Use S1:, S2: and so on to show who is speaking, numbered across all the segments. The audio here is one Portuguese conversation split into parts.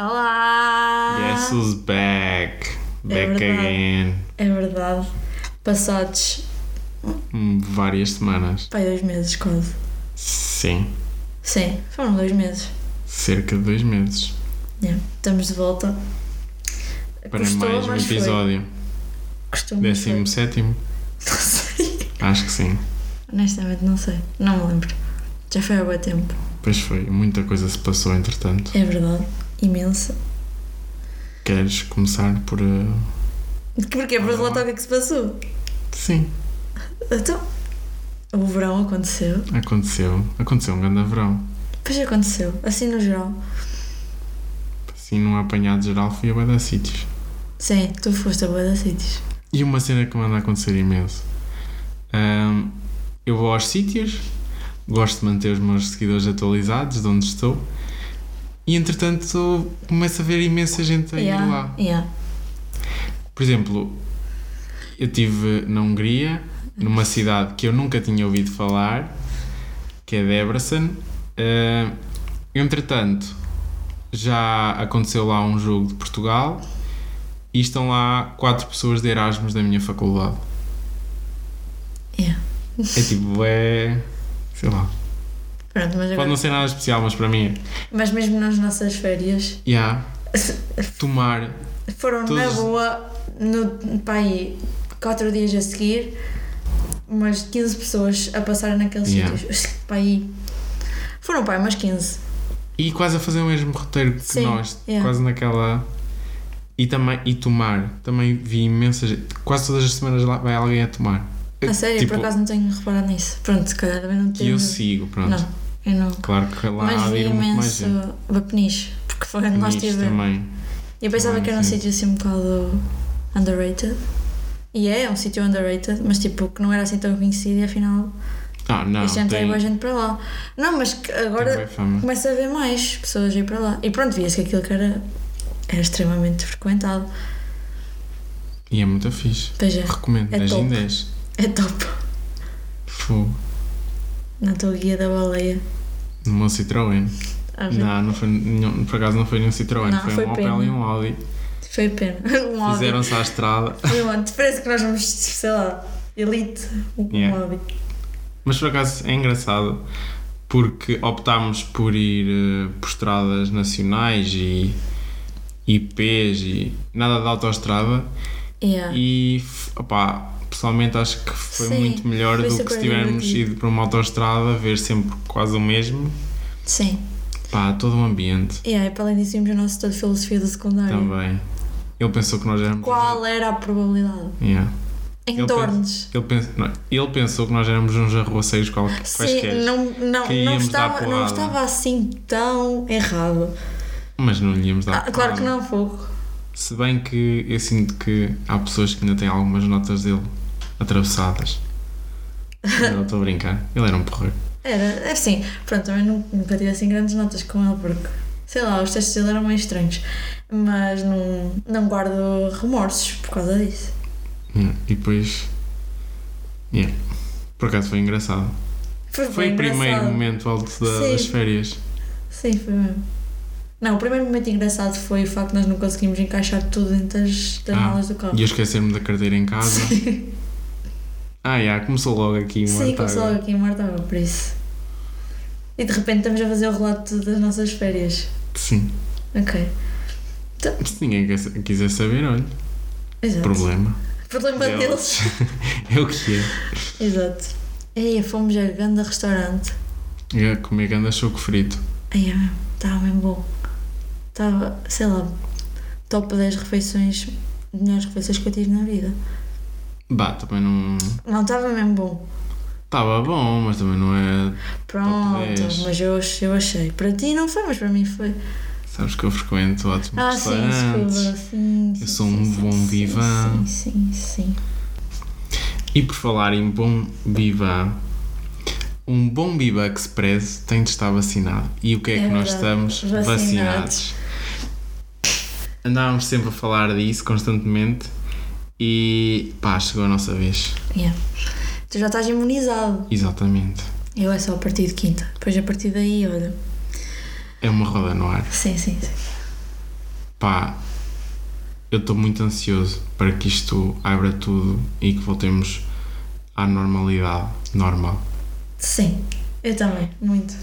S1: Olá!
S2: Guess who's back? Back
S1: Ah. É verdade.
S2: again.
S1: É verdade. Passados,
S2: Hum, Várias semanas.
S1: pai, dois meses quase.
S2: Sim,
S1: Sim, foram dois meses.
S2: cerca de dois meses.
S1: Yeah, Estamos de volta.
S2: Para
S1: Custou,
S2: mais um
S1: mas foi.
S2: episódio.
S1: Costumo.
S2: Décimo sétimo?
S1: Não sei.
S2: Acho que sim.
S1: Honestamente, não sei. Não me lembro. Já foi há bom tempo.
S2: Pois foi, muita coisa se passou entretanto.
S1: É verdade. Imensa.
S2: Queres começar por. uh,
S1: Porquê? Para relatar o que é que se passou?
S2: Sim,
S1: Então, o verão aconteceu.
S2: aconteceu. Aconteceu um grande verão.
S1: Pois aconteceu. Assim no geral.
S2: Assim, num apanhado geral, fui a Bada Sítios.
S1: Sim, tu foste a Boa Sítios.
S2: E uma cena que me anda a acontecer imenso. Ahm, eu vou aos sítios, gosto de manter os meus seguidores atualizados de onde estou, e entretanto começo a ver imensa gente a Então, ir lá.
S1: yeah.
S2: Por exemplo, eu estive na Hungria, numa cidade que eu nunca tinha ouvido falar, que é Debrecen. Ah, entretanto, já aconteceu lá um jogo de Portugal e estão lá quatro pessoas de Erasmus da minha faculdade.
S1: Yeah.
S2: É tipo, é. sei lá.
S1: Pronto, mas
S2: Pode não
S1: agora.
S2: ser nada especial, mas para mim
S1: Mas mesmo nas nossas férias
S2: é. Yeah, tomar.
S1: foram na
S2: Todos-
S1: boa no pai quatro dias a seguir umas 15 pessoas a passar naqueles
S2: Yeah.
S1: sítios. Pai. Foram pai, umas 15.
S2: E quase a fazer o mesmo roteiro que
S1: Sim,
S2: nós,
S1: yeah.
S2: quase naquela. E também e tomar. Também vi imensa gente. Quase todas as semanas lá vai alguém a tomar.
S1: A sério,
S2: tipo,
S1: por acaso não tenho reparado nisso. Pronto, se calhar também não
S2: Que
S1: tenho.
S2: eu sigo, pronto.
S1: Não, eu não.
S2: Claro que lá há
S1: mas
S2: de
S1: vi
S2: ir muito mais
S1: imenso
S2: gente.
S1: Bapeniche, porque foi onde nós
S2: Nisto
S1: estivemos.
S2: também.
S1: Eu pensava
S2: Também,
S1: que era um
S2: sim.
S1: sítio assim um bocado underrated. E é, é um sítio underrated, mas tipo, que não era assim tão conhecido e afinal
S2: Ah, não.
S1: este ano
S2: tem,
S1: tem boa gente para lá. Não, mas que
S2: tem
S1: agora
S2: bué fama.
S1: começa a haver mais pessoas a ir para lá. E pronto, via-se que aquilo que era, era extremamente frequentado.
S2: E é muito fixe.
S1: Pois é,
S2: Recomendo.
S1: É
S2: 10
S1: top.
S2: em 10.
S1: é top.
S2: Fogo.
S1: Não estou guia da baleia.
S2: No meu Citroën.
S1: Ah,
S2: Não, não foi nenhum, por acaso não foi nenhum Citroën.
S1: Não,
S2: foi,
S1: foi
S2: um Opel
S1: pena.
S2: e um Audi.
S1: Foi pena. Um hobby.
S2: Fizeram-se à estrada.
S1: E onde? Parece que nós vamos, sei lá, elite, um
S2: Yeah.
S1: hobby.
S2: Mas por acaso é engraçado porque optámos por ir eh, por estradas nacionais e IPs e nada de autoestrada
S1: Yeah.
S2: e f- opá, pessoalmente acho que foi
S1: Ah. Sim,
S2: muito melhor
S1: foi
S2: do que
S1: super
S2: se tivermos
S1: divertido.
S2: ido para uma autoestrada ver sempre quase o mesmo
S1: Sim.
S2: pá, todo o ambiente
S1: E aí, para além disso, vimos o nosso estudo de filosofia do secundário.
S2: também ele pensou que nós éramos
S1: Qual era a probabilidade?
S2: Yeah.
S1: Em
S2: Eu
S1: tornos.
S2: Ele, pens- não, ele pensou que nós éramos uns arruaceiros qual-
S1: Sim,
S2: quaisquer
S1: não, não,
S2: Que
S1: não,
S2: íamos
S1: estava,
S2: dar
S1: não
S2: porrada.
S1: estava assim tão errado.
S2: mas não lhe íamos dar
S1: Ah, claro que
S2: porrada.
S1: não, fogo.
S2: Se bem que eu sinto que há pessoas que ainda têm algumas notas dele atravessadas. Não estou a brincar. Ele era um porreiro.
S1: Era, é assim, pronto, também nu- nunca tive assim grandes notas com ele porque, sei lá, os testes dele eram meio estranhos. Mas não, não guardo remorsos por causa disso.
S2: Yeah. E depois. Yeah. Por acaso foi engraçado.
S1: Foi,
S2: Foi
S1: bem
S2: o primeiro
S1: engraçado.
S2: momento alto da-
S1: Sim.
S2: das férias.
S1: Sim, foi mesmo. Não, o primeiro momento engraçado foi o facto de nós não conseguimos encaixar tudo dentro das, das
S2: Ah,
S1: malas do carro.
S2: E eu esquecer-me da carteira em casa.
S1: Sim,
S2: Ah, yeah, começou logo aqui uma
S1: Sim
S2: tarde.
S1: começou logo aqui em Mortágua, por isso. E de repente estamos a fazer o relato das nossas férias.
S2: Sim.
S1: Ok.
S2: Se ninguém quer- quiser saber, olha.
S1: Exato.
S2: Problema.
S1: Problema deles.
S2: Deles. é o que é.
S1: Exato. E aí fomos a é grande restaurante.
S2: Eu ia comer ganda choco frito.
S1: Aí é mesmo, estava bem bom. Estava, sei lá, top 10 refeições, melhores refeições que eu tive na vida.
S2: Bah, também não.
S1: Não, estava mesmo bom.
S2: Estava bom, mas também não é
S1: Pronto,
S2: 10.
S1: mas eu, ach- eu achei. Para ti não foi, mas para mim foi.
S2: Sabes que eu frequento ótimos
S1: Ah, sim,
S2: restaurantes.
S1: desculpa. Sim, sim,
S2: Eu sou um
S1: sim,
S2: bom
S1: sim,
S2: vivan.
S1: Sim, sim, sim.
S2: E por falar em bom bivan, um bom bivan express tem de estar vacinado. E o que é,
S1: É
S2: que nós
S1: verdade,
S2: estamos?
S1: vacinados.
S2: Vacinados. Andávamos sempre a falar disso constantemente e pá, chegou a nossa vez.
S1: Yeah. Tu já estás imunizado.
S2: Exatamente.
S1: Eu é só a partir de quinta. Depois a partir daí, olha.
S2: É uma roda no ar.
S1: Sim, sim, sim.
S2: Pá, eu estou muito ansioso para que isto abra tudo e que voltemos à normalidade normal.
S1: Sim. Eu também, muito.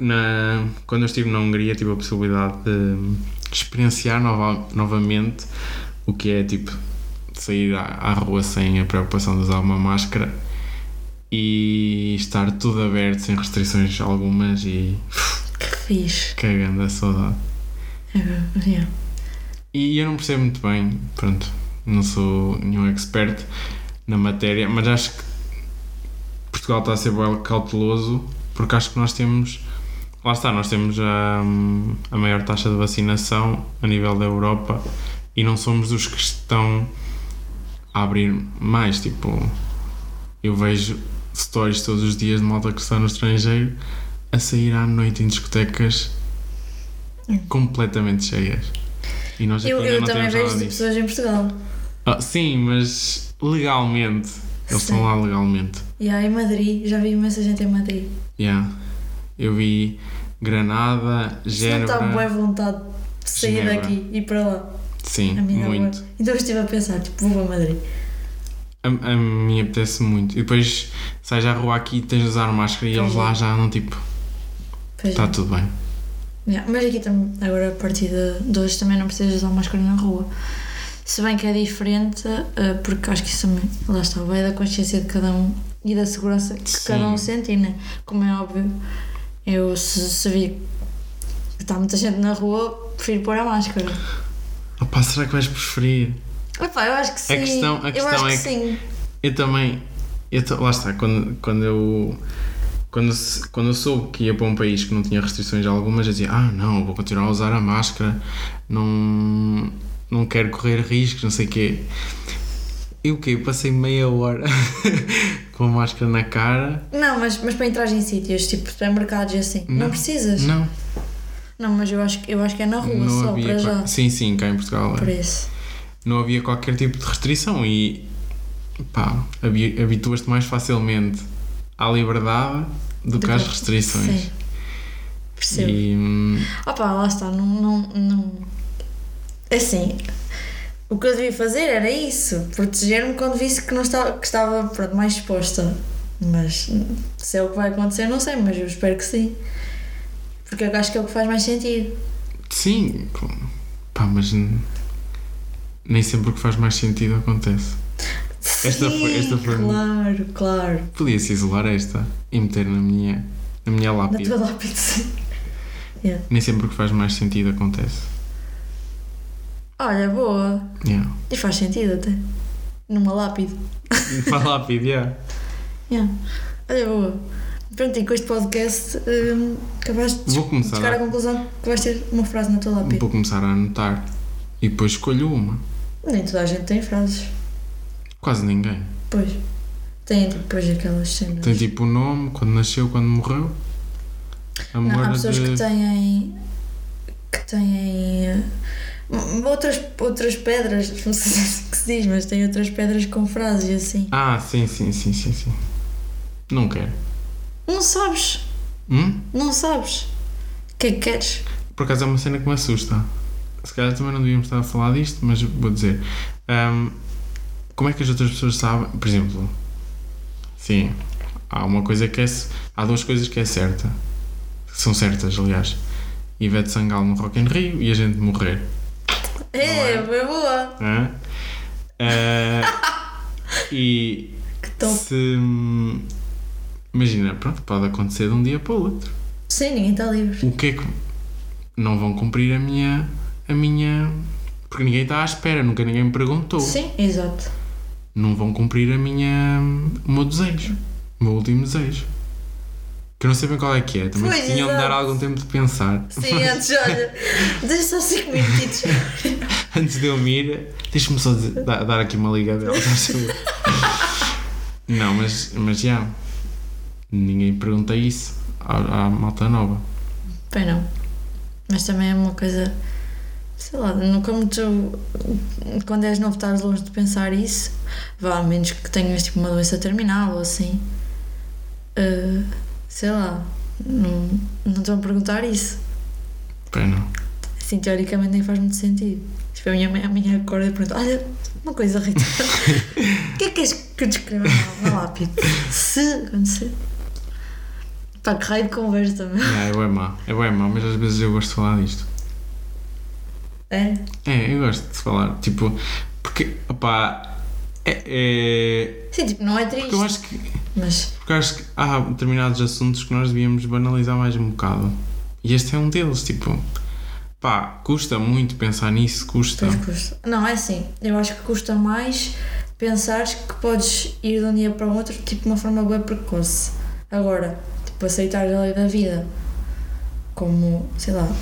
S2: Na- quando eu estive na Hungria tive a possibilidade de experienciar nova- novamente o que é tipo sair à, à rua sem a preocupação de usar uma máscara e estar tudo aberto sem restrições algumas e
S1: Que fixe.
S2: cagando a saudade.
S1: É verdade, yeah.
S2: E eu não percebo muito bem, pronto, não sou nenhum expert na matéria, mas acho que Portugal está a ser bem cauteloso porque acho que nós temos, lá está, nós temos a, a maior taxa de vacinação a nível da Europa e não somos os que estão a abrir mais. Tipo, eu vejo stories todos os dias de malta que está no estrangeiro a sair à noite em discotecas
S1: Hum.
S2: completamente cheias. E nós aqui
S1: Eu,
S2: ainda
S1: eu
S2: não
S1: também
S2: temos
S1: vejo
S2: nada
S1: de
S2: disso.
S1: pessoas em Portugal.
S2: Ah, sim, mas legalmente. Eles
S1: Sim.
S2: estão lá legalmente.
S1: Yeah, em Madrid, já vi imensa gente em Madrid.
S2: Yeah. Eu vi
S1: Se
S2: Granada,
S1: não tá
S2: Género.
S1: está boa vontade de sair
S2: Genebra.
S1: daqui e ir para lá.
S2: Sim,
S1: A mim dá
S2: muito.
S1: bué. Então eu estive a pensar, tipo, vou a Madrid.
S2: A, a mim apetece muito. E depois sais à rua aqui e tens de usar máscara e
S1: Pois
S2: eles
S1: é.
S2: lá já andam tipo,
S1: Pois
S2: está
S1: é.
S2: tudo bem.
S1: Yeah, Mas aqui também, agora a partir de, de hoje também não precisas usar máscara na rua. Se bem que é diferente, eh, porque acho que isso também, lá está, vai da consciência de cada um e da segurança que
S2: Sim.
S1: cada um sente, e, né? Como é óbvio, eu se, se vi que está muita gente na rua, prefiro pôr a máscara.
S2: Opa, será que vais preferir?
S1: Epá, eu acho que sim.
S2: questão- a
S1: eu acho
S2: questão é
S1: que,
S2: que-
S1: sim.
S2: Eu também. Eu ta- lá está, quando, quando eu. Quando, se- quando eu soube que ia para um país que não tinha restrições algumas, eu dizia: Ah, não, vou continuar a usar a máscara, não, não quero correr riscos, não sei o quê. E o quê? Eu Passei meia hora com a máscara na cara.
S1: Não, mas, mas para entrar em sítios, tipo supermercados e assim, não,
S2: Não.
S1: precisas. Não.
S2: Não,
S1: mas eu acho, que- eu acho que é na rua
S2: não
S1: só,
S2: havia.
S1: para já.
S2: qual- Sim, sim, cá em Portugal. é.
S1: Por isso.
S2: Não havia qualquer tipo de restrição e. pá, habi- habituas-te mais facilmente à liberdade do que às restrições.
S1: Sim. Percebo.
S2: E, hum,
S1: Opa, lá está, não, não, não. Assim, o que eu devia fazer era isso, proteger-me quando visse que, não estava, que estava pronto, mais exposta. Mas se é o que vai acontecer, não sei, mas eu espero que sim. Porque eu acho que é o que faz mais sentido.
S2: sim, com- pá, mas n- nem sempre o que faz mais sentido acontece. Esta
S1: sim,
S2: foi- esta foi-
S1: Claro, claro.
S2: Podia-se isolar esta e meter na minha, na minha
S1: Na
S2: lápide.
S1: tua lápide, sim.
S2: Nem sempre o que faz mais sentido acontece.
S1: Olha, é boa.
S2: Yeah.
S1: E faz sentido até. Numa lápide.
S2: Uma lápide, yeah.
S1: Yeah. Olha, é boa. Pronto, e com este podcast hum, acabaste de
S2: Vou começar
S1: chegar à
S2: a,
S1: conclusão que vais ter uma frase na tua lápide.
S2: vou começar a anotar e depois escolho uma.
S1: Nem toda a gente tem frases.
S2: Quase ninguém.
S1: Pois. Tem tipo, depois aquelas cenas.
S2: Tem tipo o nome, quando nasceu, quando morreu. A
S1: Não, há
S2: morada
S1: pessoas que
S2: um de.
S1: têm. que têm. eh, m- Outras, outras pedras, não sei se é assim que se diz, mas tem outras pedras com frases e assim.
S2: Ah, sim, sim, sim, sim, sim. Não quero.
S1: Não sabes,
S2: Hum?
S1: não sabes. O que é que queres?
S2: Por acaso é uma cena que me assusta. Se calhar também não devíamos estar a falar disto, mas vou dizer. Ahm, como é que as outras pessoas sabem? Por exemplo, sim, há uma coisa que é. c- Há duas coisas que é certa. Que são certas, aliás. Ivete Sangalo no Rock in Rio e a gente morrer.
S1: É, foi boa!
S2: hã? Ah, e
S1: Que top!
S2: se. hum, Imagina, pronto, pode acontecer de um dia para o outro.
S1: Sim, ninguém está livre.
S2: o que é que não vão cumprir a minha a minha porque ninguém está à espera nunca ninguém me perguntou
S1: Sim, exato.
S2: não vão cumprir a minha o meu desejo o meu último desejo que eu não sei bem qual é que é também
S1: Pois,
S2: tinham de dar
S1: exato.
S2: algum tempo de pensar
S1: Sim, antes, olha, deixa só 5 minutitos.
S2: antes de eu me ir deixa-me só dizer- dar, dar aqui uma liga dela Não, mas, mas já. Ninguém pergunta isso à, à malta nova.
S1: Pois não. Mas também é uma coisa. Sei lá, nunca muito. Quando és novo, estás longe de pensar isso. Vá, a menos que tenhas tipo uma doença terminal ou assim. Ah, sei lá. Não, não estão a perguntar isso.
S2: Pois não.
S1: Assim, teoricamente, nem faz muito sentido. Tipo, a minha mãe amanhã acorda e pergunta: Olha, uma coisa, Rita. O que é que és que eu te escreva na- na lápide? Se acontecer. Pá, que raio de conversa, meu.
S2: Já, é bué má. É bué má, mas às vezes eu gosto de falar disto.
S1: É?
S2: É, eu gosto de falar. Tipo, porque, opá, é, é-
S1: Sim, tipo, não é
S2: porque eu
S1: triste.
S2: acho que
S1: Mas.
S2: porque eu acho que há determinados assuntos que nós devíamos banalizar mais um bocado. E este é um deles, tipo, pá, custa muito pensar nisso, custa.
S1: Pois custa. Não, é assim. Eu acho que custa mais pensares que podes ir de um dia para o outro tipo de uma forma bem precoce. Agora, tipo, aceitar a lei da vida como, sei lá,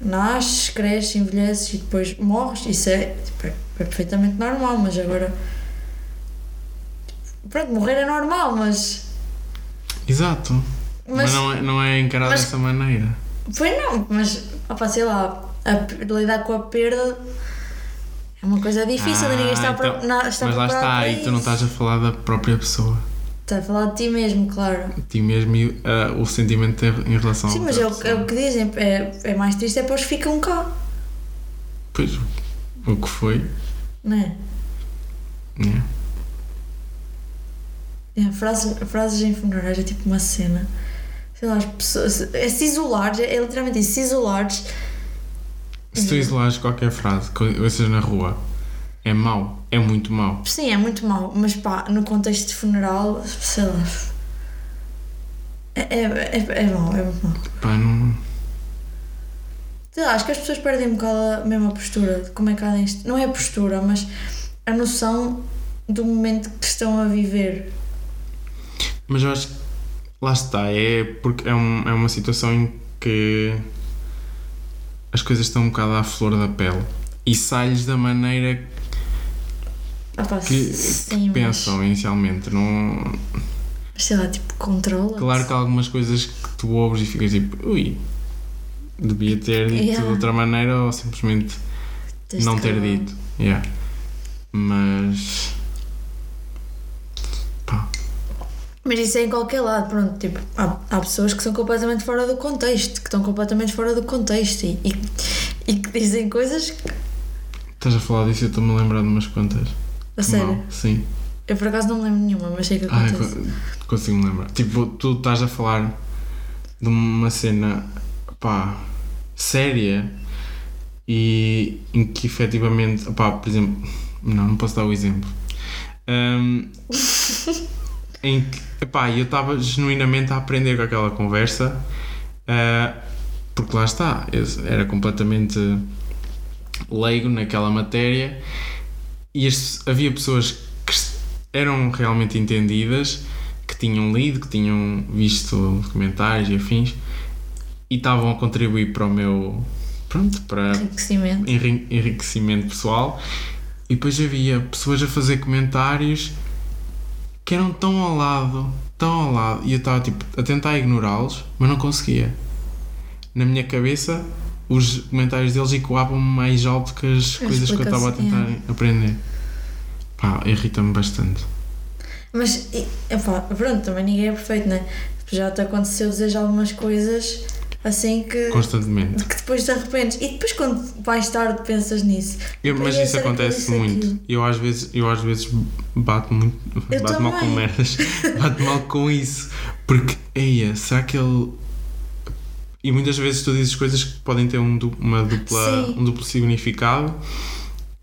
S1: nasces, cresces, envelheces e depois morres, isso é, tipo, é perfeitamente normal, mas agora. tipo, Pronto, morrer é normal, mas.
S2: Exato. Mas,
S1: Mas,
S2: não, é, não é encarado
S1: mas-
S2: dessa maneira.
S1: foi não, mas, opa, sei lá, a p- lidar com a perda é uma coisa difícil,
S2: Ah,
S1: ninguém está, pro-
S2: então,
S1: na- está
S2: mas
S1: preparado
S2: lá está,
S1: para
S2: aí tu não
S1: isso.
S2: estás a falar da própria pessoa.
S1: Estás a falar de ti mesmo, claro.
S2: De ti mesmo e ah, o sentimento em relação
S1: Sim,
S2: à
S1: mas
S2: outra
S1: é o, é o
S2: pessoa.
S1: que dizem, é, é mais triste é para os que ficam cá,
S2: Pois, o que foi,
S1: não é?
S2: né?
S1: É, frases, frases em funerais é tipo uma cena. Sei lá, as pessoas. É se isolares, é, é literalmente isso, se isolares.
S2: Se tu isolares qualquer frase, co- coisas na rua, é mau, é muito mau.
S1: Sim, é muito mau, mas pá, no contexto de funeral, sei lá. É, é, é, é mau, é muito mau.
S2: Pá, não.
S1: Sei lá, acho que as pessoas perdem um bocado a mesma postura de como é que há isto. Não é a postura, mas a noção do momento que estão a viver.
S2: Mas eu acho que lá está, é porque é, um- é uma situação em que as coisas estão um bocado à flor da pele e sai-lhes da maneira
S1: Ah, pá,
S2: que, que
S1: sim, mas-
S2: pensam inicialmente. Não,
S1: Mas sei lá, tipo, controla.
S2: claro que há algumas coisas que tu ouves e ficas tipo, ui, devia ter dito
S1: Yeah.
S2: de outra maneira ou simplesmente não ter
S1: é.
S2: dito. Yeah. Mas. Pá,
S1: Mas isso é em qualquer lado, pronto. Tipo, há, há pessoas que são completamente fora do contexto, que estão completamente fora do contexto e, e, e que dizem coisas. que-
S2: estás a falar disso e eu estou-me a lembrar de umas quantas.
S1: A sério,
S2: Mal, Sim.
S1: eu por acaso não me lembro nenhuma, mas sei que
S2: Ah, eu
S1: acontece.
S2: co- consigo me lembrar. Tipo, tu estás a falar de uma cena, pá, séria e em que efetivamente, pá, por exemplo, não, não posso dar o exemplo. Ahm, em que, pá, eu estava genuinamente a aprender com aquela conversa, ah, porque lá está, eu era completamente leigo naquela matéria e as- havia pessoas que s- eram realmente entendidas, que tinham lido, que tinham visto documentários e afins e estavam a contribuir para o meu pronto, para
S1: Enriquecimento.
S2: enri- enriquecimento pessoal e depois havia pessoas a fazer comentários que eram tão ao lado, tão ao lado, e eu estava tipo a tentar ignorá-los, mas não conseguia. Na minha cabeça, os comentários deles ecoavam mais alto que as coisas que eu estava a tentar
S1: explicação,
S2: aprender. Pá, irrita-me bastante.
S1: Mas, e, epá, pronto, também ninguém é perfeito, né? Já te aconteceu dizer algumas coisas assim que.
S2: Constantemente.
S1: que depois te arrependes. E depois, quando mais tarde, pensas nisso.
S2: Eu- mas
S1: Podia
S2: isso
S1: ser que eu
S2: acontece
S1: disse
S2: muito.
S1: aquilo.
S2: Eu às vezes, eu às vezes bato muito,
S1: Eu
S2: bato mal com
S1: também.
S2: merdas, bato mal com isso, porque eia, será que ele e muitas vezes tu dizes coisas que podem ter um, du- uma dupla,
S1: Sim.
S2: um duplo significado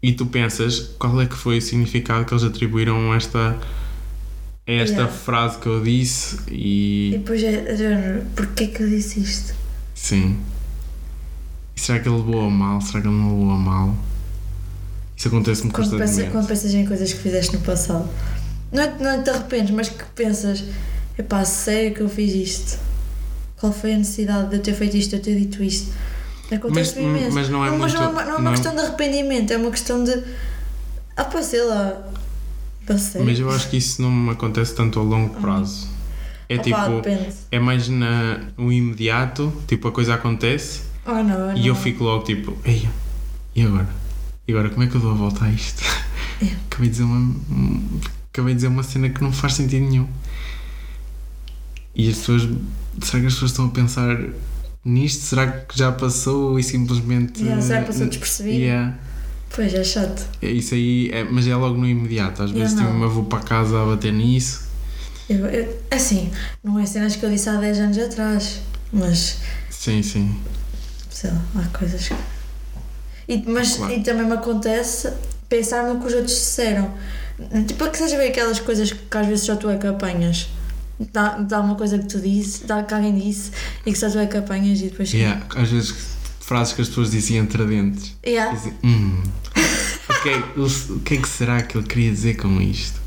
S2: e tu pensas qual é que foi o significado que eles atribuíram a esta a esta
S1: Yeah.
S2: frase que eu disse
S1: E
S2: e
S1: depois é, é género, porquê que eu disse isto?
S2: sim e será que ele levou a mal será que ele não levou a mal isso acontece-me
S1: Quando pensas,
S2: constantemente
S1: quando pensas em coisas que fizeste no passado. Não é, que- não é que te arrependes, mas que pensas, epá, sério que eu fiz isto? Qual foi a necessidade de eu ter feito isto, de eu ter dito isto? Acontece-me
S2: Mas-
S1: imenso.
S2: mas não é
S1: mas uma-
S2: muito-
S1: não é uma
S2: não é-
S1: questão de arrependimento, é uma questão de. Ah, pá, sei lá. Passei.
S2: Mas eu acho que isso não me acontece tanto a longo prazo. É
S1: Opa,
S2: tipo,
S1: depende.
S2: é mais na, no imediato, tipo, a coisa acontece
S1: Oh, não,
S2: e eu
S1: não.
S2: fico logo tipo, ei, e agora? E agora como é que eu dou a volta a isto?
S1: É.
S2: Acabei de dizer uma. Acabei de dizer uma cena que não faz sentido nenhum. E as pessoas. Será que as pessoas estão a pensar nisto? Será que já passou e simplesmente. eh,
S1: Yeah, será que passou despercebido?
S2: Yeah.
S1: Pois é chato.
S2: É Isso aí, é- mas é logo no imediato. Às
S1: Eu
S2: vezes
S1: não.
S2: tipo, eu vou para casa a bater nisso.
S1: Eu- eu- assim, não é cenas que eu disse há 10 anos atrás, mas
S2: Sim, sim.
S1: sei lá, há coisas que. E, mas,
S2: Claro.
S1: e também me acontece pensar no que os outros disseram. Tipo, é que seja bem aquelas coisas que às vezes só tu é que apanhas. Dá, dá uma coisa que tu disse, dá que alguém disse e que só tu é que apanhas e depois.
S2: Yeah, Às vezes frases que as pessoas diziam entre dentes.
S1: Yeah.
S2: Dizem, hum, ok, o, o que é que será que ele queria dizer com isto?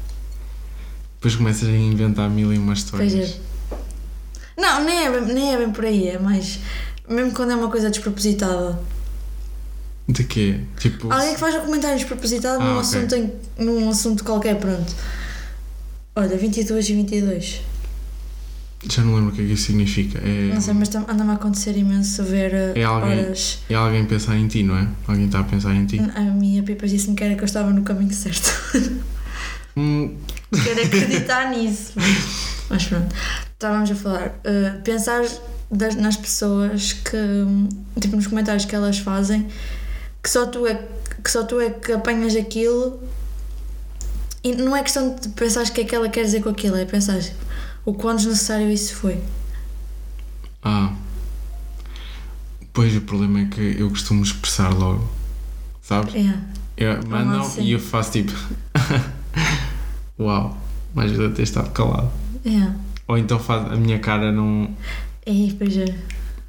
S2: Depois começas a inventar mil e uma histórias.
S1: Pois é. Não, nem é, bem- nem é bem por aí, é mais. Mesmo quando é uma coisa despropositada.
S2: De quê? Tipo,
S1: Alguém que faz um comentário despropositado num,
S2: Ah, ok.
S1: assunto em- num assunto qualquer, pronto. Olha, 22 e 22.
S2: já não lembro o que é que isso significa. É,
S1: Não sei, mas tam- anda-me a acontecer imenso ver eh,
S2: É alguém-
S1: horas.
S2: é alguém pensar em ti, não é? Alguém está a pensar em ti.
S1: A minha pipa disse-me que era que eu estava no caminho certo.
S2: Hum,
S1: Quero acreditar nisso. mas- Mas pronto. Estávamos a falar. eh, pensar das- nas pessoas que. hum, Tipo, nos comentários que elas fazem, que só tu é que, só tu é que apanhas aquilo. E não é questão de pensares o que é que ela quer dizer com aquilo, é pensar o quão desnecessário isso foi.
S2: Ah. Pois o problema é que eu costumo expressar logo. Sabes?
S1: É.
S2: Eu mandam
S1: sim.
S2: e eu faço tipo. Uau, mas eu ter estado calado.
S1: É.
S2: Ou então faz, a minha cara não,
S1: E pois é.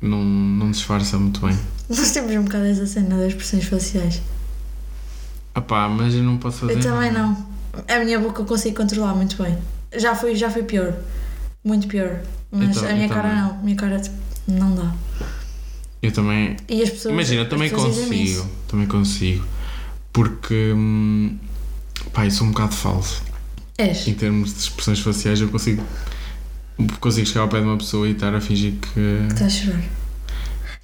S2: não, não disfarça muito bem.
S1: Nós temos um bocado essa cena das expressões faciais.
S2: Ah pá, mas eu não posso fazer.
S1: Eu também
S2: nada.
S1: não. A minha boca eu consigo controlar muito bem. Já fui, já fui pior. Muito pior. Mas
S2: Então, Eu
S1: a
S2: ta-
S1: minha
S2: eu
S1: cara
S2: também.
S1: não. A minha cara tipo, não dá.
S2: Eu também.
S1: E as pessoas.
S2: Imagina,
S1: as
S2: também
S1: pessoas dizem
S2: consigo.
S1: isso.
S2: Também consigo. Porque. Hum, pá, eu sou um bocado falso.
S1: És.
S2: Em termos de expressões faciais, eu consigo. Consigo chegar ao pé de uma pessoa e estar a fingir que. um
S1: Estás a chorar.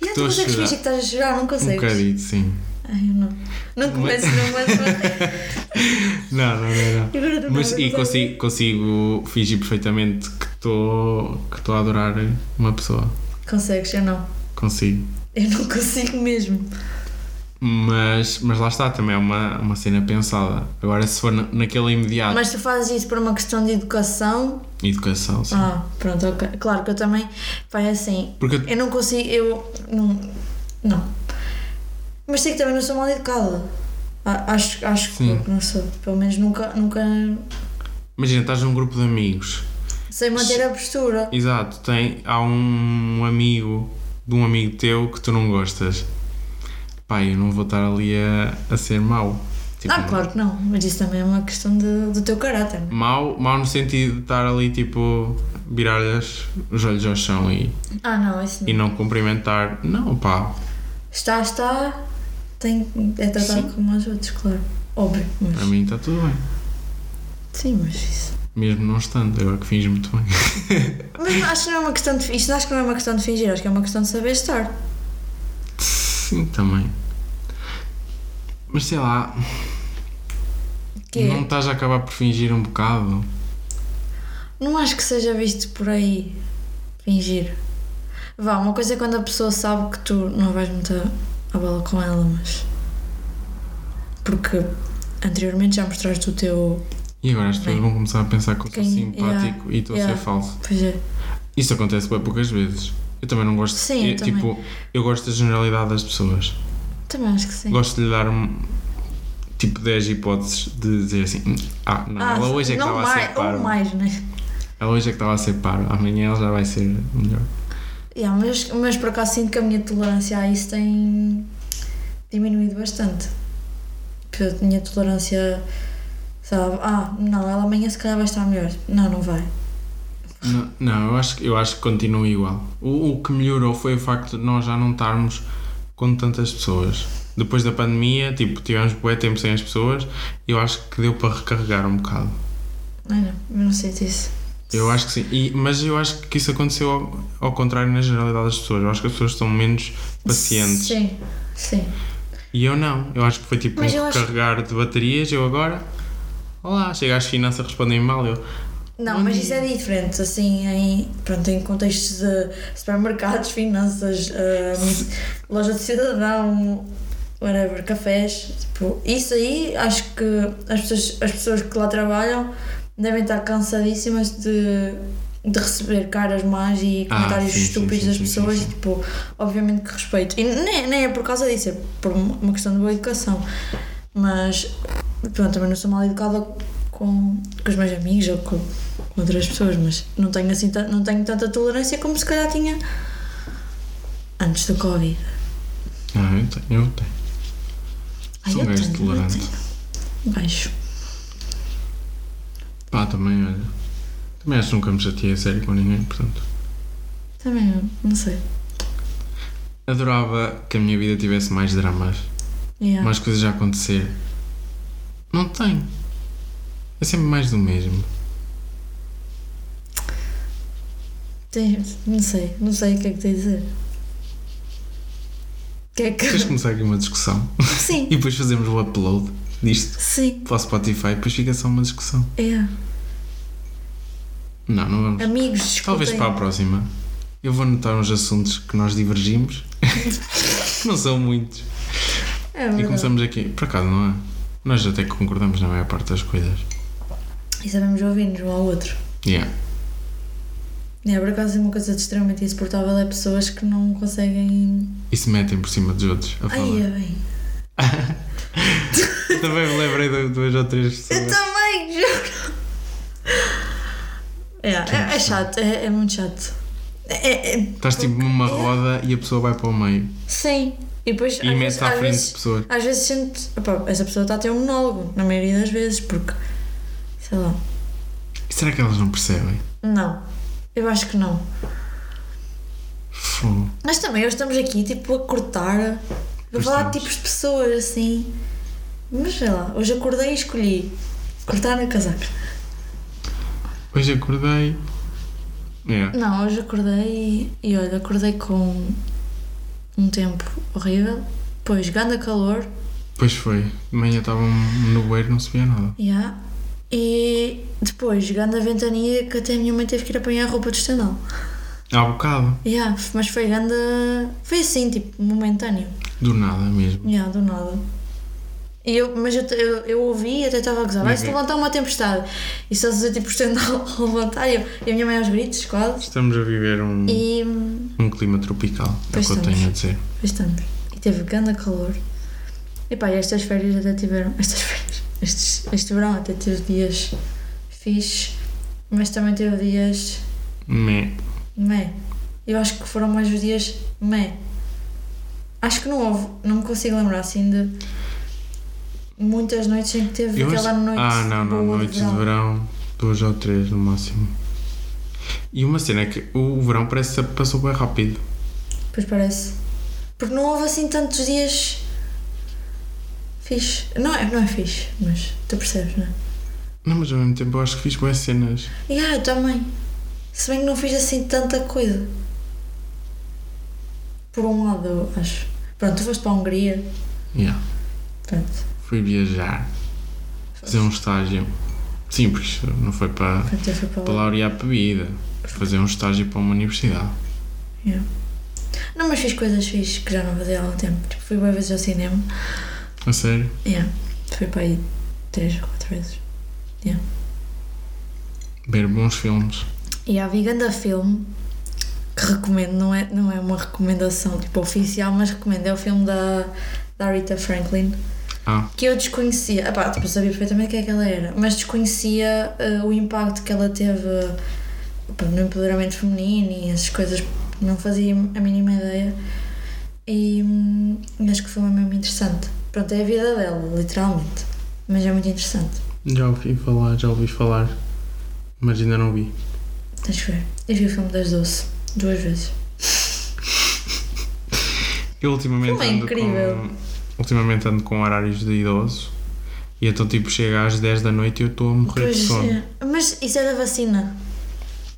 S1: E
S2: estou
S1: tu
S2: a
S1: consegues fingir
S2: chorar.
S1: que estás a chorar, não
S2: Um
S1: consegues.
S2: bocadinho, sim.
S1: Ai, eu não. Não começo, não começo.
S2: Não, não, não,
S1: Agora do
S2: não. Mas
S1: nada,
S2: e
S1: não
S2: consigo, consigo fingir perfeitamente que estou que tô a adorar uma pessoa.
S1: sei. Consegues, eu não.
S2: Consigo.
S1: Eu não consigo mesmo.
S2: Mas, mas lá está, também é uma, uma cena pensada. Agora, se for na, naquele imediato,
S1: Mas tu fazes isso por uma questão de educação.
S2: educação, sim.
S1: Ah, pronto, ok. Claro que eu também. Vai assim,
S2: Porque
S1: Eu não consigo, eu não. não. Mas sei que também não sou mal educada. A- Acho, acho que
S2: Sim.
S1: não sou. Pelo menos nunca, nunca
S2: imagina, estás num grupo de amigos.
S1: sei manter a postura.
S2: Exato, tem, há um amigo de um amigo teu que tu não gostas. Pai, eu não vou estar ali a, a ser mau. Tipo,
S1: Ah, claro que não, mas isso também é uma questão de, do teu caráter.
S2: Mal, mal no sentido de estar ali tipo virar os olhos ao chão e,
S1: Ah, não, isso
S2: e
S1: não.
S2: não cumprimentar. Não, pá.
S1: Está, está, tem, é tratado
S2: Sim.
S1: como os outros, claro. Óbvio,
S2: Para
S1: mas.
S2: mim está tudo bem.
S1: Sim, mas isso.
S2: Mesmo não estando, agora que fiz muito bem.
S1: Mas não- acho que não é uma questão de. Isto acho que não é uma questão de fingir, acho que é uma questão de saber estar.
S2: Sim, também. Mas sei lá,
S1: Que
S2: não
S1: é.
S2: estás a acabar por fingir um bocado?
S1: Não acho que seja visto por aí fingir. Vá, uma coisa é quando a pessoa sabe que tu não vais muito a- à bola com ela, mas. Porque anteriormente já mostraste o teu.
S2: E agora as pessoas
S1: Bem.
S2: vão começar a pensar que eu sou
S1: Quem-
S2: simpático e estou a
S1: yeah.
S2: ser falso.
S1: Pois é.
S2: Isso acontece bem poucas vezes. Eu também não gosto.
S1: Sim, eu
S2: eu, tipo, eu gosto da generalidade das pessoas.
S1: Também acho que sim.
S2: Gosto de lhe dar um, tipo 10 hipóteses de dizer assim: "Hum, Ah, não, ela hoje é que
S1: não
S2: estava a
S1: mais,
S2: ser
S1: Ou
S2: parva.
S1: mais, né?
S2: Ela hoje é que estava a ser parva. Amanhã ela já vai ser melhor.
S1: Yeah, mas, mas por acaso sinto que a minha tolerância a isso tem diminuído bastante. Porque a minha tolerância. Sabe? Ah, não, ela amanhã se calhar vai estar melhor. Não, não vai.
S2: Não, não, eu acho, que- eu acho que continua igual. O, o que melhorou foi o facto de nós já não estarmos com tantas pessoas. depois da pandemia, tipo, tivemos bué tempo sem as pessoas, eu acho que deu para recarregar um bocado.
S1: Ai não, eu não sei disso.
S2: Eu acho que sim, E- mas eu acho que isso aconteceu ao, ao contrário na generalidade das pessoas. Eu acho que as pessoas são menos pacientes.
S1: Sim, sim.
S2: E eu não, eu acho que foi tipo um
S1: Mas eu acho-
S2: recarregar de baterias. Eu agora, olá, chega às finanças, respondem mal. Eu,
S1: Não,
S2: Bom
S1: mas
S2: dia.
S1: isso é diferente, assim, em, pronto, em contextos de supermercados, finanças, ahm, loja de cidadão, whatever, cafés, tipo, isso aí acho que as pessoas, as pessoas que lá trabalham devem estar cansadíssimas de, de receber caras más e
S2: Ah,
S1: comentários
S2: sim, sim,
S1: estúpidos
S2: sim,
S1: das
S2: sim, sim,
S1: pessoas
S2: sim.
S1: e tipo, obviamente que respeito. E nem, nem é por causa disso, é por uma questão de boa educação. Mas pronto, também não sou mal educada com, com os meus amigos ou com, com outras pessoas, mas não tenho assim tan- não tenho tanta tolerância como se calhar tinha antes do Covid.
S2: não, "Ah, eu tenho, eu tenho.
S1: Ai,
S2: Sou um
S1: eu
S2: gajo
S1: tenho, eu
S2: tolerante.
S1: tenho. Gajo.
S2: Pá, também, olha. Também acho que nunca me chateei a sério com ninguém, portanto.
S1: Também não, não sei.
S2: Adorava que a minha vida tivesse mais dramas,
S1: Yeah.
S2: mais coisas a acontecer. Não tenho. É sempre mais do mesmo.
S1: Tem- não sei, não sei o que é que tens a dizer. O Que é que.
S2: Queres começar aqui uma discussão?
S1: Sim,
S2: E depois fazemos o upload disto
S1: sim.
S2: para o Spotify, depois fica só uma discussão.
S1: É.
S2: Não, não vamos.
S1: Amigos, desculpem.
S2: Talvez para a próxima. Eu vou anotar uns assuntos que nós divergimos. não são muitos.
S1: É
S2: E
S1: verdade.
S2: começamos aqui. Por acaso, não é? Nós até que concordamos na maior parte das coisas.
S1: E sabemos ouvir-nos um ao outro.
S2: Yeah.
S1: É, por acaso, uma coisa de extremamente insuportável é pessoas que não conseguem.
S2: E se metem por cima dos outros a
S1: Ai,
S2: falar.
S1: é bem.
S2: Também me lembrei de duas ou três
S1: Eu
S2: pessoas.
S1: também, juro. É, é, é chato, é, é muito chato. É, é-
S2: Estás tipo numa roda e a pessoa vai para o meio
S1: sim. E depois.
S2: e
S1: às
S2: mete
S1: vezes-
S2: à
S1: às
S2: frente de
S1: vezes-
S2: pessoas.
S1: Às vezes sente. opá, essa pessoa está a ter um monólogo, na maioria das vezes, porque. Sei lá.
S2: E será que elas não percebem?
S1: Não. Eu acho que não.
S2: Fogo.
S1: Nós também, hoje estamos aqui, tipo, a cortar. A
S2: Pois
S1: falar
S2: estamos.
S1: de tipos de pessoas, assim. Mas sei lá, hoje acordei e escolhi cortar a casaca.
S2: Hoje acordei. É, Yeah.
S1: Não, hoje acordei e, e olha, acordei com um tempo horrível, depois ganda calor,
S2: Pois foi. De manhã estava um nevoeiro, não se via nada.
S1: já, e depois ganda ventania que até a minha mãe teve que ir apanhar a roupa do estendal.
S2: Há bocado.
S1: Já, mas foi ganda. Foi assim, tipo, momentâneo,
S2: Do nada mesmo.
S1: já, do nada. E eu, mas eu, eu, eu ouvi e até estava a gozar, vai-se
S2: Uhum.
S1: levantar uma tempestade. E só se tipo o estendal a levantar e, eu, e a minha mãe aos gritos, quase.
S2: Estamos a viver um,
S1: E.
S2: um clima tropical, é o
S1: Pois
S2: que eu
S1: estamos.
S2: tenho a dizer.
S1: Bastante. E teve grande calor. E pá, e estas férias até tiveram. Estas férias. Estes, este verão até teve dias fixe, mas também teve dias
S2: Me.
S1: meh. Eu acho que foram mais os dias meh. Acho que não houve, não me consigo lembrar assim de muitas noites em que teve
S2: Eu
S1: aquela
S2: acho-
S1: noite.
S2: ah, não, não,
S1: boa
S2: noites de verão, duas ou três no máximo. E uma cena é que o verão parece que passou bem rápido.
S1: Pois parece. Porque não houve assim tantos dias fixe. Não é, não é fixe, mas tu percebes, não é?
S2: Não, mas ao mesmo tempo eu acho que fiz boas cenas.
S1: E ah, eu também. Se bem que não fiz assim tanta coisa. Por um lado, eu acho. Pronto, tu foste para a Hungria.
S2: Yeah.
S1: Pronto.
S2: Fui viajar, fazer um estágio simples, não foi para,
S1: Pronto, eu fui para
S2: para
S1: lá.
S2: laurear bebida. Fazer um estágio para uma universidade.
S1: Não, mas fiz coisas fixas que já não fazia há algum tempo. Tipo, fui uma vezes ao cinema.
S2: A sério?
S1: Yeah. Fui para aí três ou quatro vezes.
S2: Ver bons filmes.
S1: E a Viganda Filme, que recomendo, não é, não é uma recomendação tipo oficial, mas recomendo. É o filme da, da Rita Franklin.
S2: Ah,
S1: que eu desconhecia, epá, tipo, eu sabia perfeitamente quem é que ela era, mas desconhecia eh, o impacto que ela teve epá, no empoderamento feminino e essas coisas, não fazia a mínima ideia. E hum, acho que foi mesmo interessante. Pronto, é a vida dela, literalmente, mas é muito interessante.
S2: já ouvi falar, já ouvi falar. Mas ainda não vi.
S1: Tens que ver. Eu vi o filme das Doce duas vezes.
S2: Eu ultimamente
S1: Filme é
S2: ando
S1: incrível.
S2: com... ultimamente ando com horários de idoso e então tipo chega às 10 da noite e eu estou a morrer de sono.
S1: é. Mas isso é da vacina.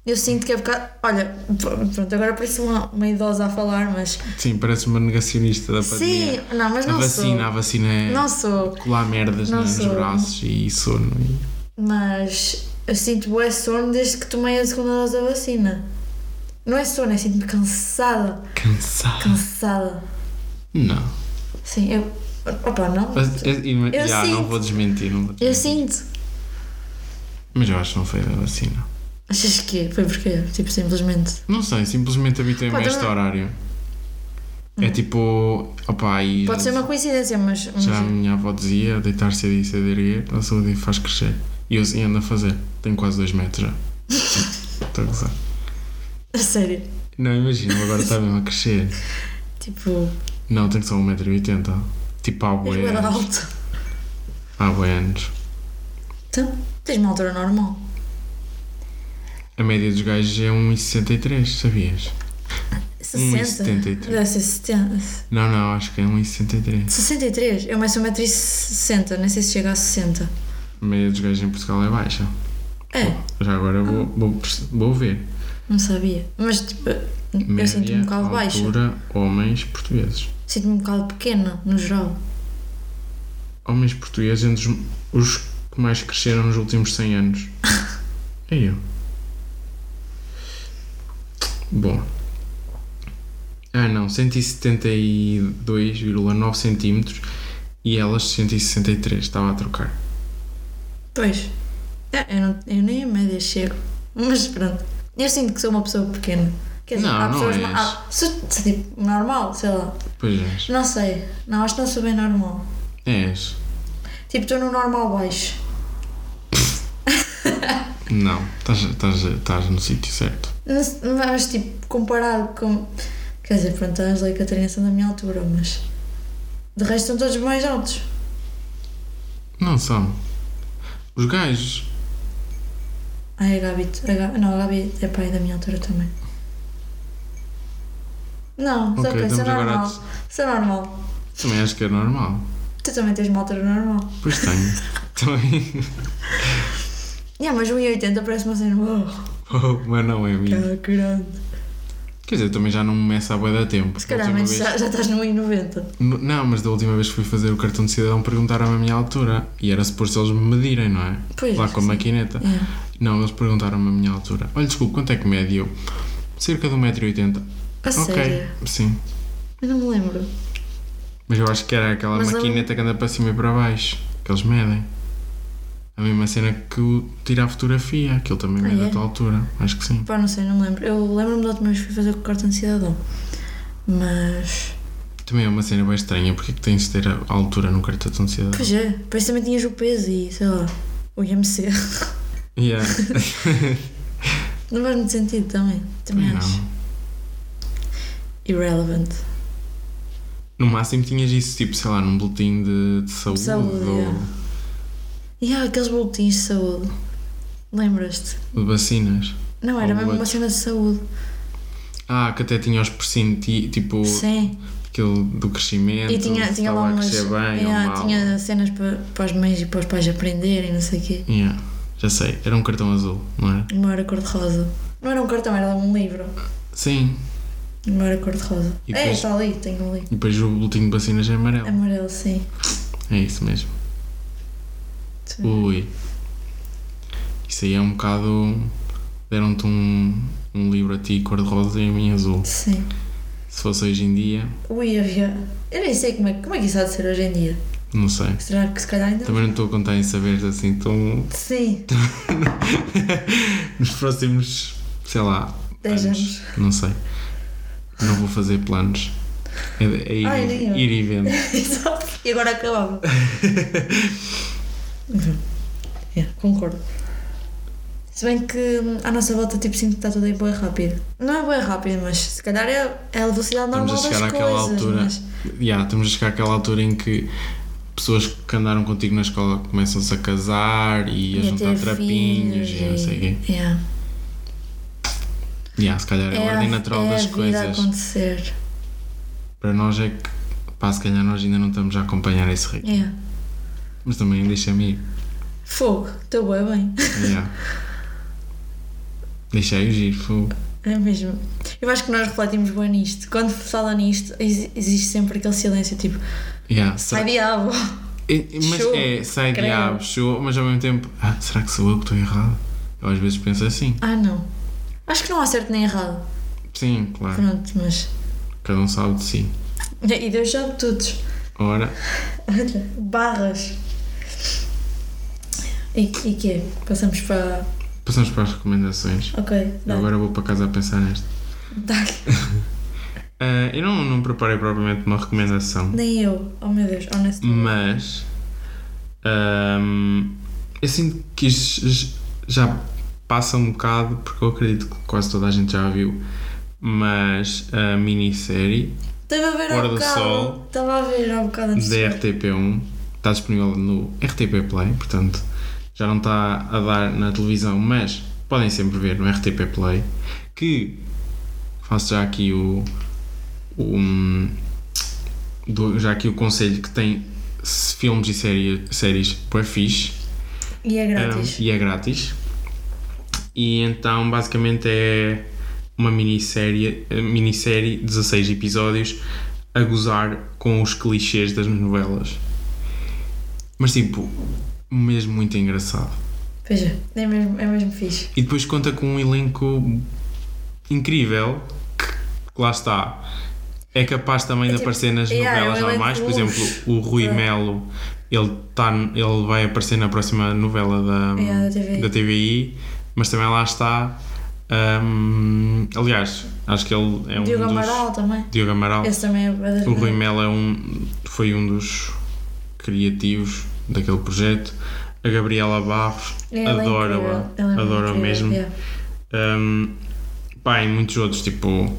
S1: Eu sinto que é bocado. Olha, pr- pronto, agora parece uma, uma idosa a falar, mas.
S2: Sim, parece uma negacionista da
S1: Sim,
S2: pandemia.
S1: não, mas
S2: a
S1: não
S2: vacina, a
S1: sou.
S2: vacina é
S1: Não sou.
S2: colar merdas
S1: Não
S2: nos
S1: sou.
S2: braços e sono. E...
S1: Mas eu sinto bué sono desde que tomei a segunda dose da vacina. Não é sono, é sinto-me cansada.
S2: Cansado.
S1: Cansada.
S2: Não.
S1: Sim, eu. Opa, não.
S2: Mas, é- e-
S1: Eu
S2: já, não
S1: sinto-
S2: vou desmentir, não vou
S1: Eu
S2: desmentir.
S1: sinto.
S2: Mas eu acho que não foi da vacina.
S1: Achas que foi porque? Tipo, simplesmente.
S2: Não sei, simplesmente habituei-me a
S1: Pá,
S2: este
S1: também-
S2: horário. É tipo. Opá, e
S1: Hum. Pode ser uma assim. coincidência, mas. mas-
S2: Já a minha avó dizia deitar cedo e cedo erguer, a saúde faz crescer. E eu e ando a fazer. Tenho quase 2 metros já. Estou a gozar.
S1: A sério.
S2: Não, imagino, agora está mesmo a crescer.
S1: Tipo,
S2: Não, tenho só 1,80m. Tipo, há
S1: és
S2: bué
S1: É bué de
S2: anos.
S1: alto.
S2: Há bué anos.
S1: Então, tens uma altura normal.
S2: A média dos gajos é 1,63, sabias?
S1: 60.
S2: 1,73.
S1: Deve ser 70.
S2: Não, não, acho que é 1,63.
S1: 63. Eu mais sou 1,60m. Nem sei se chega a 60.
S2: A média dos gajos em Portugal é baixa.
S1: É,
S2: Já agora vou, vou, pers- vou ver.
S1: não sabia. Mas tipo, eu sinto-me um bocado baixa.
S2: altura, homens portugueses.
S1: Sinto-me um bocado pequena, no geral.
S2: Homens portugueses entre os, os que mais cresceram nos últimos 100 anos. é eu. Bom. Ah não, 172,9 centímetros e elas 163, estava a trocar.
S1: Pois. É, Eu, não, eu nem a média chego. Mas pronto. Eu sinto que sou uma pessoa pequena. Quer dizer,
S2: Não,
S1: há
S2: não
S1: pessoas.
S2: és.
S1: ma- há- sou, sou, tipo normal, sei lá.
S2: Pois é. és.
S1: Não sei. Não, acho que não sou bem normal.
S2: És.
S1: Tipo, estou no normal baixo.
S2: Não, estás, estás, estás no sítio certo.
S1: Não se- Mas tipo, comparado com. Quer dizer, pronto, a Angela e a Catarina são da minha altura, mas. De resto são todos mais altos.
S2: Não são. Os gajos.
S1: Ai, a Gabi. A Gabi não, a Gabi é pai da minha altura também. Não,
S2: Ok,
S1: só que sou
S2: estamos agora a
S1: normal. Sou normal.
S2: Também acho que é normal.
S1: Tu também tens uma altura normal.
S2: Pois tenho. Também.
S1: Yeah, mas 1,80 parece uma cena. Oh,
S2: Oh, mas não é mim.
S1: cara, grande.
S2: Quer dizer, também já não me meço há bué da tempo.
S1: Se
S2: Da
S1: calhar,
S2: última
S1: mas
S2: vez-
S1: já, já estás no 1,90.
S2: N- Não, mas da última vez que fui fazer o cartão de cidadão perguntaram-me a minha altura. E era suposto eles me medirem, não é? tá?
S1: Pois.
S2: Lá com a maquineta.
S1: Yeah.
S2: Não, eles perguntaram-me a minha altura. Olha, desculpe, quanto é que mede eu? Cerca de 1,80m.
S1: A
S2: Ok,
S1: sério.
S2: sim.
S1: Eu não me lembro.
S2: Mas eu acho que era aquela
S1: Mas a-
S2: maquineta que anda para cima e para baixo. Que eles medem. A mesma cena que o tirar a fotografia. Aquilo também
S1: Ah,
S2: mede
S1: é?
S2: a tua altura. Acho que sim.
S1: Pá, não sei, não me lembro. Eu lembro-me da última vez que fui fazer o cartão de cidadão. Mas.
S2: Também é uma cena bem estranha. Porque é que tens de ter a a altura no cartão de cidadão?
S1: Pois é, depois também tinhas o peso e sei lá, o IMC. é.
S2: Yeah.
S1: Não faz muito sentido também. Também acho.
S2: não.
S1: Irrelevant.
S2: No máximo tinhas isso, tipo, sei lá, num boletim de, de saúde.
S1: Saúde,
S2: ou...
S1: yeah. E há aqueles boletins de saúde. Lembras-te?
S2: de vacinas.
S1: Não, era
S2: Ou
S1: mesmo uma
S2: outros.
S1: cena de saúde.
S2: Ah, que até tinha os percentis, tipo,
S1: Sim.
S2: aquele do crescimento.
S1: E tinha,
S2: se
S1: tinha
S2: estava
S1: lá
S2: a
S1: umas.
S2: crescer bem é um
S1: yeah,
S2: ou mal.
S1: tinha cenas para, para as mães e para os pais aprenderem, não sei o quê.
S2: Yeah, já sei, era um cartão azul, não era?
S1: O meu era cor-de-rosa. Não era um cartão, era um livro.
S2: Sim.
S1: O meu era cor-de-rosa.
S2: E
S1: É,
S2: depois-
S1: está ali, tenho ali.
S2: E depois o boletim de vacinas é amarelo.
S1: Amarelo, sim.
S2: É isso mesmo.
S1: Sim.
S2: Ui. Isso aí é um bocado. Deram-te um, um livro a ti cor-de-rosa e a mim azul.
S1: Sim.
S2: Se fosse hoje em dia,
S1: Ui, havia. Eu nem sei como é, como é que isso há de ser hoje em dia.
S2: não sei.
S1: Será que se calhar ainda.
S2: Também não estou a contar em saberes assim tão
S1: Sim,
S2: nos próximos, sei lá,
S1: 10 anos.
S2: Não sei. Não vou fazer planos. É, é ir,
S1: Ai, nem eu.
S2: ir e vendo.
S1: Exato. E agora acabava. é, concordo. Se bem que hum, à nossa volta tipo, sinto que está tudo aí bem rápido. Não é bem rápido, mas se calhar é, é a velocidade
S2: Estamos
S1: normal
S2: a
S1: das
S2: chegar
S1: coisas.
S2: àquela altura.
S1: mas-
S2: Já, estamos a chegar àquela altura em que pessoas que andaram contigo na escola começam-se a casar e, a
S1: E a
S2: juntar
S1: ter
S2: trapinhos
S1: filhos
S2: e não sei o quê.
S1: Yeah.
S2: Já, se calhar é, a ordem natural
S1: é
S2: das
S1: a vida a
S2: coisas.
S1: acontecer.
S2: Para nós é que Pá, se calhar nós ainda não estamos a acompanhar esse ritmo.
S1: Yeah. É.
S2: Mas também deixa-me ir.
S1: Fogo, estou bem bem.
S2: Yeah. Deixei-os ir, fogo.
S1: É mesmo. Eu acho que nós refletimos bem nisto. Quando se fala nisto, ex- existe sempre aquele silêncio tipo,
S2: Yeah. só-
S1: sai diabo.
S2: E- e- Mas
S1: Show.
S2: é, sai
S1: Credo.
S2: diabo, show, mas ao mesmo tempo, ah, será que sou eu que estou errado? Eu às vezes penso assim.
S1: Ah, não. Acho que não há certo nem errado.
S2: Sim, claro,
S1: Pronto, mas.
S2: cada um sabe de si.
S1: E Deus sabe todos.
S2: Ora,
S1: Olha, barras. E, e que é? Passamos para.
S2: passamos para as recomendações.
S1: Ok,
S2: Eu
S1: dá.
S2: agora vou para casa a pensar nesta.
S1: Dá-lhe.
S2: Ah, eu não, não preparei propriamente uma recomendação,
S1: Nem eu. Oh meu Deus, honestamente.
S2: mas ahm, eu sinto que isto j- já passa um bocado, porque eu acredito que quase toda a gente já a viu, mas a minissérie
S1: Estava a ver há
S2: Hora do
S1: bocado.
S2: Sol.
S1: Estava a ver há bocado antes.
S2: da RTP1 está disponível no RTP Play, portanto já não está a dar na televisão, mas podem sempre ver no RTP Play. Que faço já aqui o, o dou já aqui o conselho que tem se- filmes e série, séries para fixe
S1: E é grátis.
S2: Um, e é grátis. E então basicamente é uma minissérie, eh, minissérie 16 episódios a gozar com os clichês das novelas. Mas tipo, mesmo muito engraçado.
S1: Veja, é mesmo, é mesmo fixe.
S2: E depois conta com um elenco incrível que, que lá está. É capaz também de
S1: tipo,
S2: aparecer nas
S1: yeah, é um
S2: novelas
S1: elenco
S2: normais, por
S1: luxo.
S2: exemplo, o Rui
S1: Yeah.
S2: Melo, ele, tá, ele vai aparecer na próxima novela da,
S1: Yeah, da TVI.
S2: da TVI, mas também lá está. hum, aliás, acho que ele é um
S1: Diogo
S2: dos.
S1: Amaral também.
S2: Diogo Amaral.
S1: Esse também é das
S2: O Rui Melo é um, foi um dos criativos daquele projeto. A Gabriela Barros,
S1: É,
S2: adora-a, adora-a mesmo. Um, pá, e muitos outros, tipo,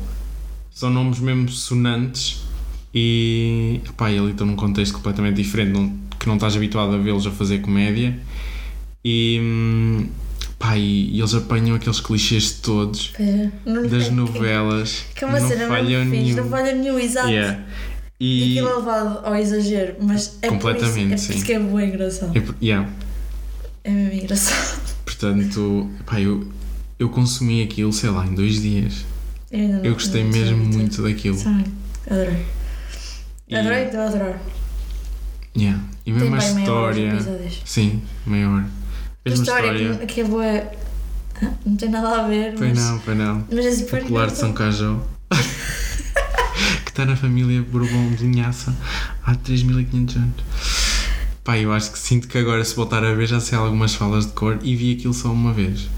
S2: são nomes mesmo sonantes e pá, e ali estão num contexto completamente diferente, não- que não estás habituado a vê-los a fazer comédia e hum, pá, e, e eles apanham aqueles clichês todos das novelas
S1: Que é uma
S2: não
S1: cena
S2: falham
S1: mesmo fixe,
S2: nenhum.
S1: não falha nenhum, exato.
S2: Yeah.
S1: E
S2: E,
S1: aquilo é levado ao exagero, mas é
S2: Completamente,
S1: por isso, é por isso
S2: sim.
S1: que é bem engraçado.
S2: é por- yeah,
S1: É mesmo engraçado.
S2: portanto, pá, eu, eu consumi aquilo, sei lá, em dois dias.
S1: Eu, ainda não-
S2: Eu gostei
S1: não tinha
S2: mesmo
S1: visto.
S2: muito daquilo.
S1: Sabe? Adorei.
S2: E-
S1: Adorei, estou a adorar.
S2: Yeah. E
S1: Tem
S2: mesmo a
S1: bem meia hora de
S2: história.
S1: episódios.
S2: Sim, meia hora.
S1: A
S2: Mesma
S1: história,
S2: história.
S1: Que, que é boa. Não tem nada a ver,
S2: Foi
S1: mas,
S2: não, foi não.
S1: mas é super
S2: Popular de São Cajó. que está na família Bourbon de Linhaça há 3500 anos. Pá, eu acho que sinto que agora se voltar a ver já sei algumas falas de cor e vi aquilo só uma vez.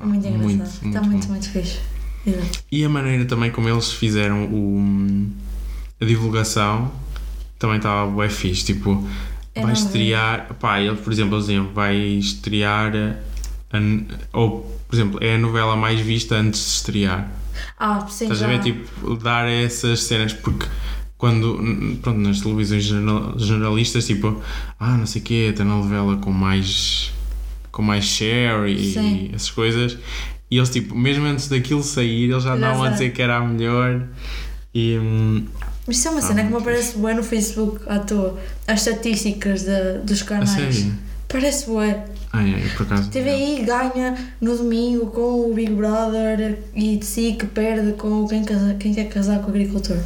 S1: É Muito engraçado.
S2: Ah, Muito,
S1: Está
S2: muito
S1: muito,
S2: bom.
S1: muito fixe. Exato.
S2: E a maneira também como eles fizeram o, a divulgação também estava bem fixe. Tipo,
S1: Eu
S2: vai
S1: não vi.
S2: estrear. Pá, eles, por exemplo, eles diziam, vai estrear. a- a- ou, por exemplo, é a novela mais vista antes de estrear.
S1: Ah, sim,
S2: Estás
S1: já.
S2: a ver, tipo, dar essas cenas, porque quando, n- pronto, nas televisões jornal- jornalistas, tipo, ah, não sei o quê, tem uma novela com mais, com mais share e
S1: Sim.
S2: essas coisas, e eles, tipo, mesmo antes daquilo sair, eles já
S1: Já
S2: andavam a
S1: sabe.
S2: dizer que era a melhor, e, hum,
S1: Mas isso é uma
S2: Ah,
S1: cena que me
S2: muito
S1: aparece bué no Facebook à toa. As estatísticas da- dos
S2: a
S1: canais.
S2: sério,
S1: Parece bué.
S2: ai, ai, por acaso,
S1: TVI ganha no domingo com o Big Brother e de si que perde com o quem, casa, quem quer casar com o agricultor.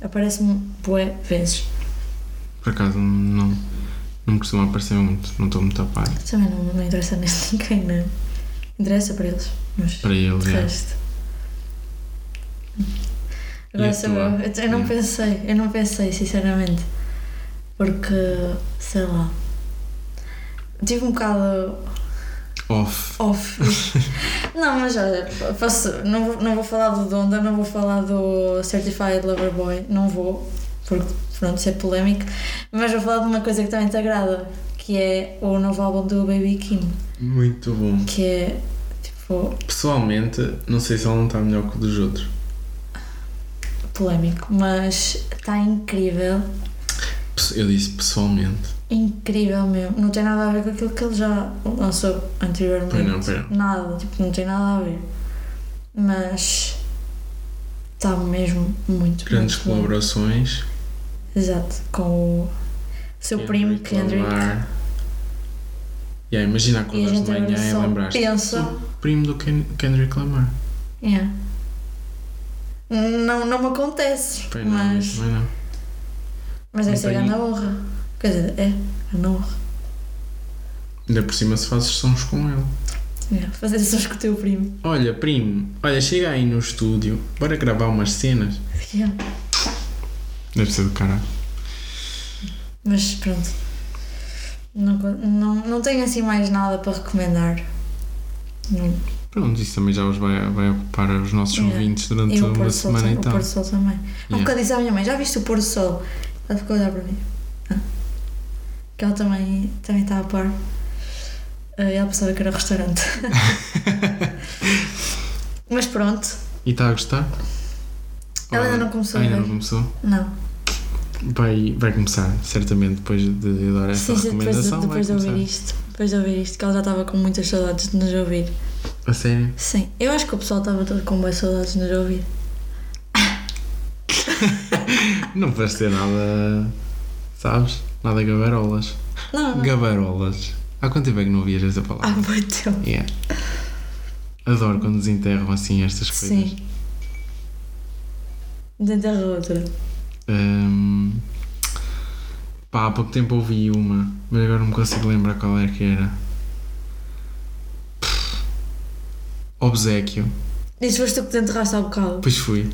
S1: Aparece-me bué vezes.
S2: por acaso, não, não me costuma aparecer muito, não estou muito a par,
S1: Também não, não interessa nem a ninguém, não. é? Interessa para eles, mas
S2: para eles,
S1: de
S2: é.
S1: resto.
S2: E
S1: Agora
S2: a
S1: sou
S2: tua? Hum.
S1: eu. Eu, eu não
S2: Sim.
S1: pensei, eu não pensei, sinceramente. Porque, sei lá. Tive um bocado
S2: off,
S1: off. não, mas olha, posso, não, vou, não vou falar do Donda, não vou falar do Certified Lover Boy, não vou, porque pronto, isso é polémico, mas vou falar de uma coisa que também te agrada, que é o novo álbum do Baby Kim,
S2: muito bom.
S1: que é tipo
S2: Pessoalmente, não sei se ele não está melhor que o dos outros.
S1: polémico, mas está incrível,
S2: Pesso- Eu disse pessoalmente.
S1: incrível mesmo, não tem nada a ver com aquilo que ele já lançou anteriormente.
S2: Pois não, pois não.
S1: Nada, tipo, não tem nada a ver. Mas está mesmo muito
S2: Grandes
S1: muito bom.
S2: colaborações.
S1: Exato. Com o seu primo Kendrick.
S2: Lamar. Yeah, imagina
S1: E a
S2: acordares de
S1: gente
S2: manhã e
S1: só
S2: lembraste.
S1: pensa.
S2: Primo do Ken- Kendrick Lamar.
S1: Yeah. é. Não, não me acontece.
S2: Pois não,
S1: mas,
S2: mas não. é
S1: mas deve
S2: não
S1: ser
S2: tenho-
S1: grande honra. Quer dizer, é, grande honra.
S2: Ainda por cima se fazes sons com ele.
S1: Yeah, É, Fazer sons com o teu primo.
S2: Olha, primo, olha, chega aí no estúdio, bora gravar umas cenas.
S1: Yeah.
S2: Deve ser do caralho.
S1: Mas pronto. Não, con- não, não tenho assim mais nada para recomendar. Não.
S2: Pronto, isso também já os vai, vai ocupar os nossos
S1: Yeah.
S2: ouvintes
S1: E
S2: durante
S1: o pôr
S2: uma
S1: do sol,
S2: semana então.
S1: tam-
S2: é.
S1: o
S2: e
S1: pôr
S2: tal.
S1: do sol também. Há um
S2: Yeah.
S1: bocado disse à minha mãe, já viste o pôr do sol? Ela ficou a olhar para mim. Ah. Que ela também, também está a par. Ah, Ela pensava que era restaurante. Mas pronto,
S2: E está a gostar?
S1: ela
S2: Ou-
S1: ainda não começou né? a
S2: ainda
S1: ver.
S2: não começou?
S1: Não.
S2: Vai, vai começar, certamente, depois de eu dar essa
S1: Sim, sim, depois, de,
S2: recomendação.
S1: depois de
S2: vai
S1: ouvir
S2: começar.
S1: isto. Depois de ouvir isto, que ela já estava com muitas saudades de nos ouvir.
S2: A sério?
S1: Sim, eu acho que o pessoal estava todo com boas saudades de nos ouvir.
S2: Não vais ter nada. Sabes? Nada gabarolas.
S1: Ah, Não, não.
S2: Gabarolas. Há quanto tempo é que não ouvias essa
S1: Ah,
S2: palavra?
S1: muito tempo.
S2: Yeah. Adoro quando desenterram assim estas coisas.
S1: Sim. Dentro da outra.
S2: Ahm, Hum, pá, há pouco tempo ouvi uma, mas agora não me consigo lembrar qual é que era. Pff, Obsequio.
S1: Isso foste tu que te enterraste há bocado.
S2: Pois fui.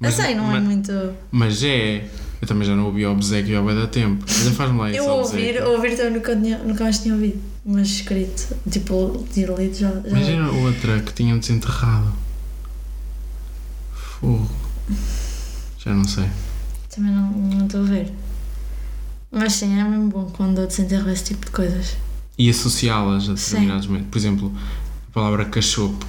S1: eu sei, não é
S2: mas,
S1: muito.
S2: mas é. Eu também já não ouvi obsequio há bué da tempo. Ainda faz-me lá esse
S1: Eu ouvir,
S2: obsequio.
S1: ouvir também nunca, tinha, nunca mais tinha ouvido. Mas escrito, tipo, de lido já. já
S2: Imagina outra que tinham desenterrado. Fogo. Já não sei.
S1: Também não não estou a ver. Mas sim, é mesmo bom quando eu desenterro esse tipo de coisas.
S2: E associá-las a
S1: Sim.
S2: determinados momentos. Por exemplo, a palavra cachopo.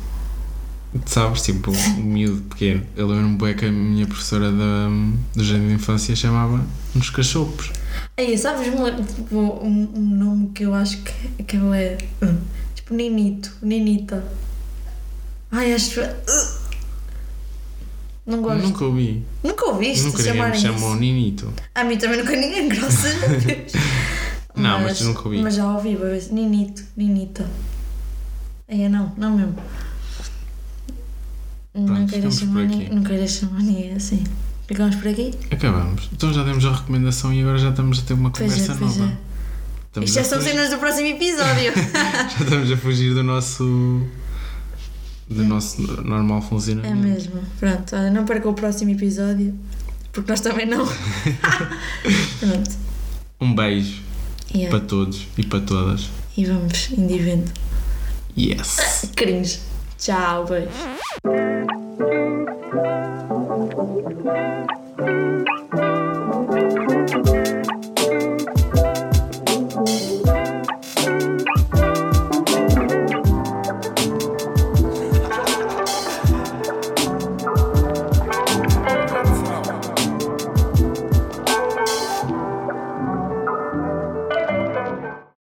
S2: Sabes, tipo, um miúdo pequeno. Eu lembro-me bué que a minha professora da, do jardim de infância chamava-nos cachopos.
S1: Aí, sabes mo- tipo, um, um nome que eu acho que, que eu é. hum, Tipo, Ninito, Ninita. Ai, acho. uh. Não gosto. Nunca,
S2: Nunca ouvi.
S1: ouviste
S2: nunca ninguém me
S1: chamarem
S2: chamou
S1: isso.
S2: Ninito.
S1: A mim também nunca ninguém, graças a Deus.
S2: Não, mas nunca ouvi.
S1: Mas já ouvi, uma vez. Ninito, Ninita. É, não, não mesmo. não
S2: Pronto,
S1: queres
S2: ficamos por
S1: chamar ninguém,
S2: aqui.
S1: não queres chamar ninguém assim. Ficamos por aqui?
S2: Acabamos. Então já demos a recomendação e agora já estamos a ter uma
S1: Pois
S2: conversa
S1: é, pois
S2: nova.
S1: é.
S2: Estamos
S1: Isto
S2: a
S1: já são
S2: fugir-
S1: cenas do próximo episódio.
S2: já estamos a fugir do nosso. do nosso normal
S1: é
S2: funcionamento.
S1: mesmo. Pronto, olha, não perca o próximo episódio. Porque nós também não. Pronto. é.
S2: Um beijo
S1: Yeah.
S2: para todos e para todas.
S1: E vamos, indivendo.
S2: Yes!
S1: Ah, Cringe. Tchau, beijo.